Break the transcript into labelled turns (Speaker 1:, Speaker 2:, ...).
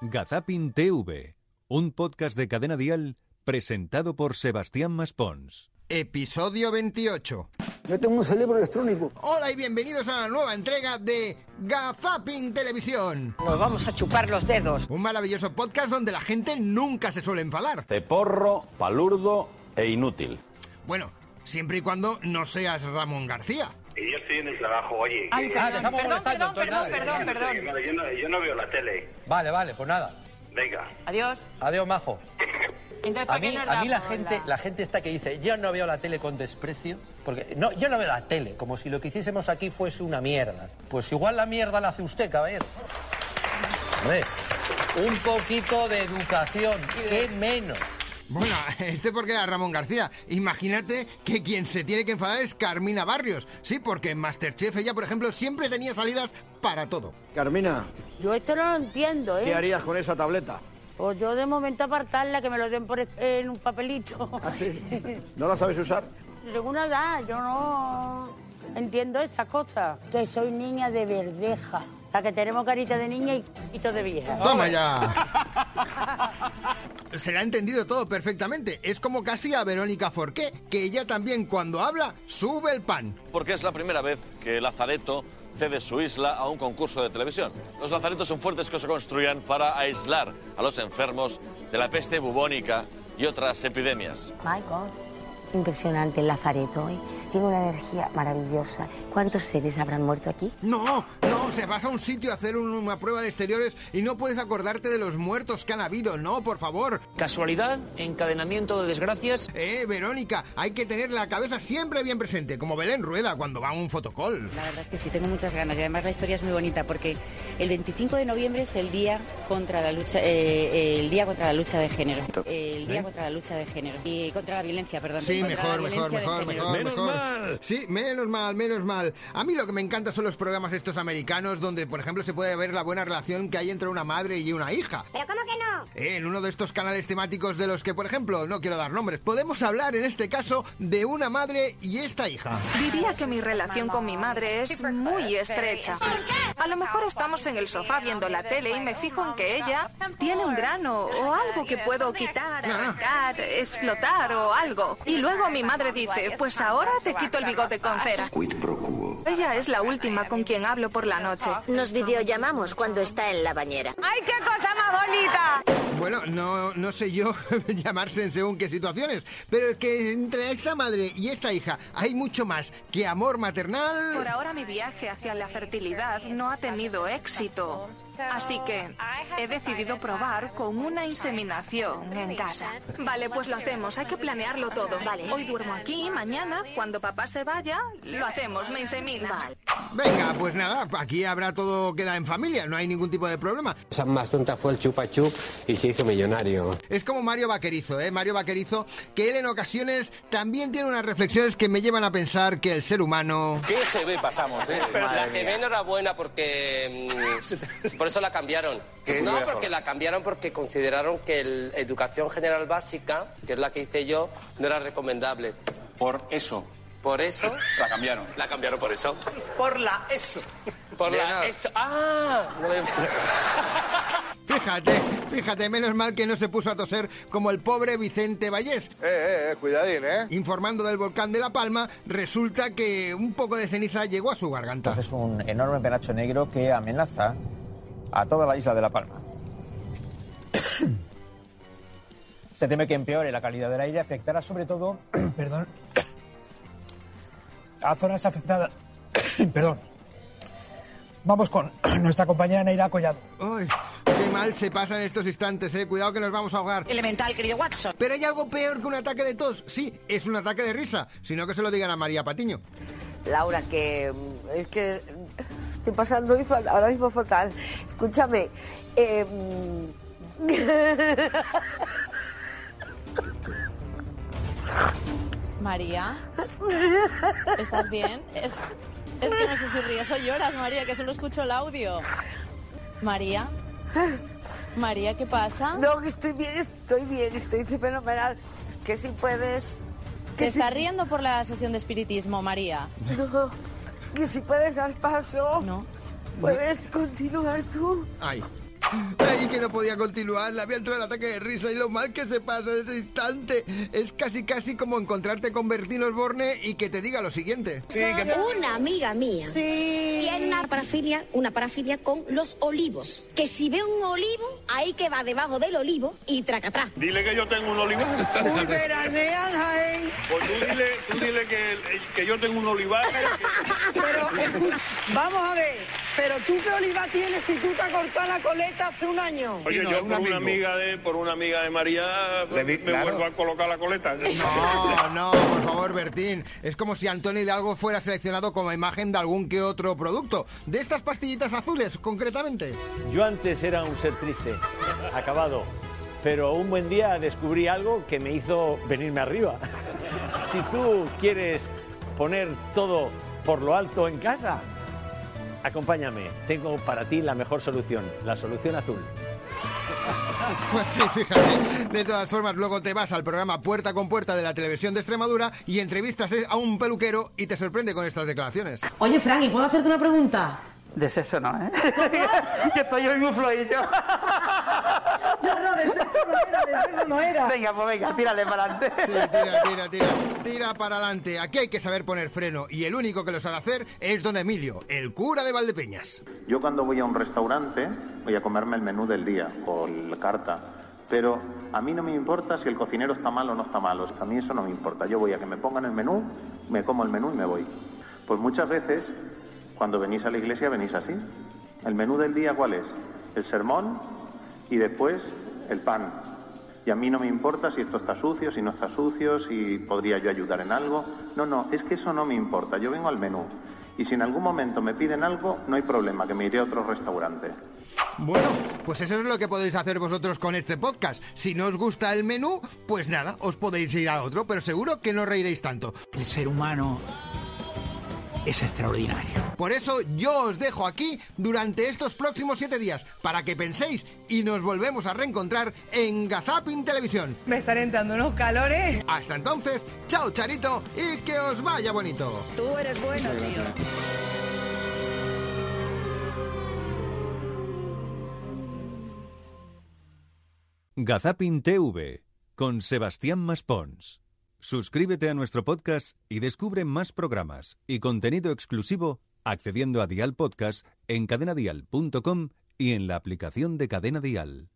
Speaker 1: Gazapin TV, un podcast de cadena dial presentado por Sebastián Maspons.
Speaker 2: Episodio 28.
Speaker 3: Yo tengo un cerebro electrónico.
Speaker 2: Hola y bienvenidos a la nueva entrega de Gazapin Televisión.
Speaker 4: Nos Pues vamos a chupar los dedos.
Speaker 2: Un maravilloso podcast donde la gente nunca se suele enfadar.
Speaker 5: Ceporro, palurdo e inútil.
Speaker 2: Bueno, siempre y cuando no seas Ramón García.
Speaker 6: Y yo estoy en el trabajo, oye.
Speaker 4: Ay,
Speaker 6: que-
Speaker 7: Ah,
Speaker 4: perdón, perdón,
Speaker 8: molestando,
Speaker 4: perdón, perdón,
Speaker 8: entonces,
Speaker 4: perdón,
Speaker 6: Sí,
Speaker 4: perdón.
Speaker 6: vale, yo, no, yo no veo la tele.
Speaker 8: Vale, vale, pues nada.
Speaker 6: Venga.
Speaker 4: Adiós.
Speaker 8: Adiós, majo.
Speaker 4: Entonces,
Speaker 8: A mí, a mí la gente, la gente está que dice, yo no veo la tele con desprecio, porque no, yo no veo la tele, como si lo que hiciésemos aquí fuese una mierda. Pues igual la mierda la hace usted, caballero. Hombre, un poquito de educación, qué menos.
Speaker 2: Bueno, este porque era Ramón García. Imagínate que quien se tiene que enfadar es Carmina Barrios. Sí, porque en Masterchef ella, por ejemplo, siempre tenía salidas para todo.
Speaker 3: Carmina,
Speaker 7: Yo esto no lo entiendo,
Speaker 3: ¿qué
Speaker 7: ¿eh?
Speaker 3: harías con esa tableta?
Speaker 7: Pues yo de momento apartarla, que me lo den por es- en un papelito.
Speaker 3: ¿Así? ¿No la sabes usar?
Speaker 7: Según una edad, yo no entiendo estas cosas. Que soy niña de verdeja. O sea, que tenemos carita de niña y pito de vieja.
Speaker 2: ¡Toma ya! Se le ha entendido todo perfectamente. Es como casi a Verónica Forqué, que ella también cuando habla sube el pan.
Speaker 5: Porque es la primera vez que Lazareto cede su isla a un concurso de televisión. Los lazaretos son fuertes que se construyan para aislar a los enfermos de la peste bubónica y otras epidemias.
Speaker 9: My God.
Speaker 7: Impresionante el lazareto, ¿eh? Tiene una energía maravillosa. ¿Cuántos seres habrán muerto aquí?
Speaker 2: No, no, se vas a un sitio a hacer un- una prueba de exteriores y no puedes acordarte de los muertos que han habido. No, por favor.
Speaker 10: Casualidad, encadenamiento de desgracias.
Speaker 2: Eh, Verónica, hay que tener la cabeza siempre bien presente, como Belén Rueda cuando va a un fotocall.
Speaker 9: La verdad es que sí, tengo muchas ganas. Y además la historia es muy bonita porque el 25 de noviembre es el día contra la lucha, eh, el día contra la lucha de género. El día
Speaker 2: ¿Eh?
Speaker 9: contra la lucha de género. Y contra la violencia, perdón.
Speaker 2: Sí,
Speaker 9: Contra la
Speaker 2: mejor, mejor,
Speaker 9: violencia de
Speaker 2: mejor,
Speaker 9: género.
Speaker 2: mejor, mejor. Sí, menos mal, menos mal. A mí lo que me encanta son los programas estos americanos donde, por ejemplo, se puede ver la buena relación que hay entre una madre y una hija.
Speaker 9: ¿Pero cómo que no?
Speaker 2: Eh, en uno de estos canales temáticos de los que, por ejemplo, no quiero dar nombres, podemos hablar en este caso de una madre y esta hija.
Speaker 11: Diría que mi relación con mi madre es muy estrecha. A lo mejor estamos en el sofá viendo la tele y me fijo en que ella tiene un grano o algo que puedo quitar, arrancar, explotar o algo. Y luego mi madre dice, pues ahora te quito el bigote con cera. Ella es la última con quien hablo por la noche.
Speaker 9: Nos videollamamos cuando está en la bañera.
Speaker 11: ¡Ay, qué cosa más bonita!
Speaker 2: Bueno, no, no sé yo llamarse en según qué situaciones, pero es que entre esta madre y esta hija hay mucho más que amor maternal.
Speaker 11: Por ahora mi viaje hacia la fertilidad no ha tenido éxito. Así que he decidido probar con una inseminación en casa. Vale, pues lo hacemos, hay que planearlo todo.
Speaker 9: Vale.
Speaker 11: Hoy duermo aquí, mañana, cuando papá se vaya, lo hacemos, me inseminas.
Speaker 2: Venga, pues nada, aquí habrá todo queda en familia, no hay ningún tipo de problema.
Speaker 10: Esa más tonta fue el chupa chup y se hizo millonario.
Speaker 2: Es como Mario Vaquerizo, ¿eh? Mario Vaquerizo, que él en ocasiones también tiene unas reflexiones que me llevan a pensar que el ser humano...
Speaker 10: ¿Qué GB pasamos, eh? Pero la TV no era buena porque... mm, por eso la cambiaron. No, porque la cambiaron porque consideraron que el Educación General Básica, que es la que hice yo, no era recomendable. Por eso. ¿Por eso? La cambiaron. La cambiaron por eso. Por la ESO. Por la
Speaker 2: Leonor.
Speaker 10: ESO. ¡Ah! No me-
Speaker 2: Fíjate, fíjate, menos mal que no se puso a toser como el pobre Vicente Vallés.
Speaker 3: Eh, eh, eh, cuidadín, ¿eh?
Speaker 2: Informando del volcán de La Palma, resulta que un poco de ceniza llegó a su garganta.
Speaker 8: Es un enorme penacho negro que amenaza a toda la isla de La Palma. Se teme que empeore la calidad del aire, afectará sobre todo, perdón, a zonas afectadas. perdón. Vamos con nuestra compañera Neira Collado.
Speaker 2: Ay, qué mal se pasan estos instantes, eh. Cuidado que nos vamos a ahogar.
Speaker 4: Elemental, querido Watson.
Speaker 2: Pero hay algo peor que un ataque de tos. Sí, es un ataque de risa, sino que se lo digan a María Patiño.
Speaker 7: Laura, que mm, es que mm, estoy pasando hoy fa- ahora mismo fatal. Escúchame. eh, mm,
Speaker 9: María, ¿estás bien? Es, es que no sé si ríes o lloras, María, que solo escucho el audio. María. María, ¿qué pasa?
Speaker 7: no, que estoy bien, estoy bien, estoy fenomenal. Que si puedes.
Speaker 9: ¿Te
Speaker 7: Que si,
Speaker 9: estás riendo por la sesión de espiritismo, María?
Speaker 7: no, que si puedes dar paso.
Speaker 9: No.
Speaker 7: Puedes continuar tú.
Speaker 2: Ay. Y que no podía continuar, le había entrado el ataque de risa y lo mal que se pasa en ese instante. Es casi casi como encontrarte con Bertino Osborne y que te diga lo siguiente.
Speaker 12: Una amiga mía tiene una parafilia, una parafilia con los olivos. Que si ve un olivo, ahí que va debajo del olivo y tracatrá.
Speaker 13: Dile que yo tengo un olivar.
Speaker 12: Uy, veranea,
Speaker 13: Jaén. Pues tú dile, tú dile que, que yo tengo un olivar.
Speaker 14: Pero, vamos a ver, pero tú qué oliva tienes si tú te has cortado la coleta hace un año.
Speaker 13: Oye, yo por una amiga de, por una amiga de María me
Speaker 2: claro.
Speaker 13: vuelvo a colocar la coleta.
Speaker 2: No, no, por favor, Bertín. Es como si Antonio Hidalgo fuera seleccionado como imagen de algún que otro producto. De estas pastillitas azules, concretamente.
Speaker 15: Yo antes era un ser triste, acabado, pero un buen día descubrí algo que me hizo venirme arriba. Si tú quieres poner todo por lo alto en casa, acompáñame. Tengo para ti la mejor solución, la solución azul.
Speaker 2: Pues sí, fíjate. De todas formas, luego te vas al programa Puerta con Puerta de la televisión de Extremadura y entrevistas a un peluquero y te sorprende con estas declaraciones.
Speaker 16: Oye, Frank, ¿y puedo hacerte una pregunta?
Speaker 17: De sexo no, ¿eh? que estoy hoy muy flojillo.
Speaker 16: No, no, de sexo no era, de sexo no era.
Speaker 17: Venga, pues venga, tírale para adelante.
Speaker 2: Sí, tira, tira, tira. Tira para adelante. Aquí hay que saber poner freno y el único que lo sabe hacer es don Emilio, el cura de Valdepeñas.
Speaker 18: Yo cuando voy a un restaurante voy a comerme el menú del día o la carta, pero a mí no me importa si el cocinero está mal o no está malo, a mí eso no me importa. Yo voy a que me pongan el menú, me como el menú y me voy. Pues muchas veces cuando venís a la iglesia venís así. El menú del día cuál es? El sermón y después el pan. Y a mí no me importa si esto está sucio, si no está sucio, si podría yo ayudar en algo. No, no, es que eso no me importa. Yo vengo al menú. Y si en algún momento me piden algo, no hay problema, que me iré a otro restaurante.
Speaker 2: Bueno, pues eso es lo que podéis hacer vosotros con este podcast. Si no os gusta el menú, pues nada, os podéis ir a otro, pero seguro que no os reiréis tanto.
Speaker 19: El ser humano es extraordinario.
Speaker 2: Por eso yo os dejo aquí durante estos próximos siete días para que penséis y nos volvemos a reencontrar en Gazapin Televisión.
Speaker 14: Me están entrando unos calores.
Speaker 2: Hasta entonces, chao Charito y que os vaya bonito.
Speaker 14: Tú eres bueno, tío.
Speaker 1: Gazapin TV con Sebastián Maspons. Suscríbete a nuestro podcast y descubre más programas y contenido exclusivo accediendo a Dial Podcast en cadenadial.com y en la aplicación de Cadena Dial.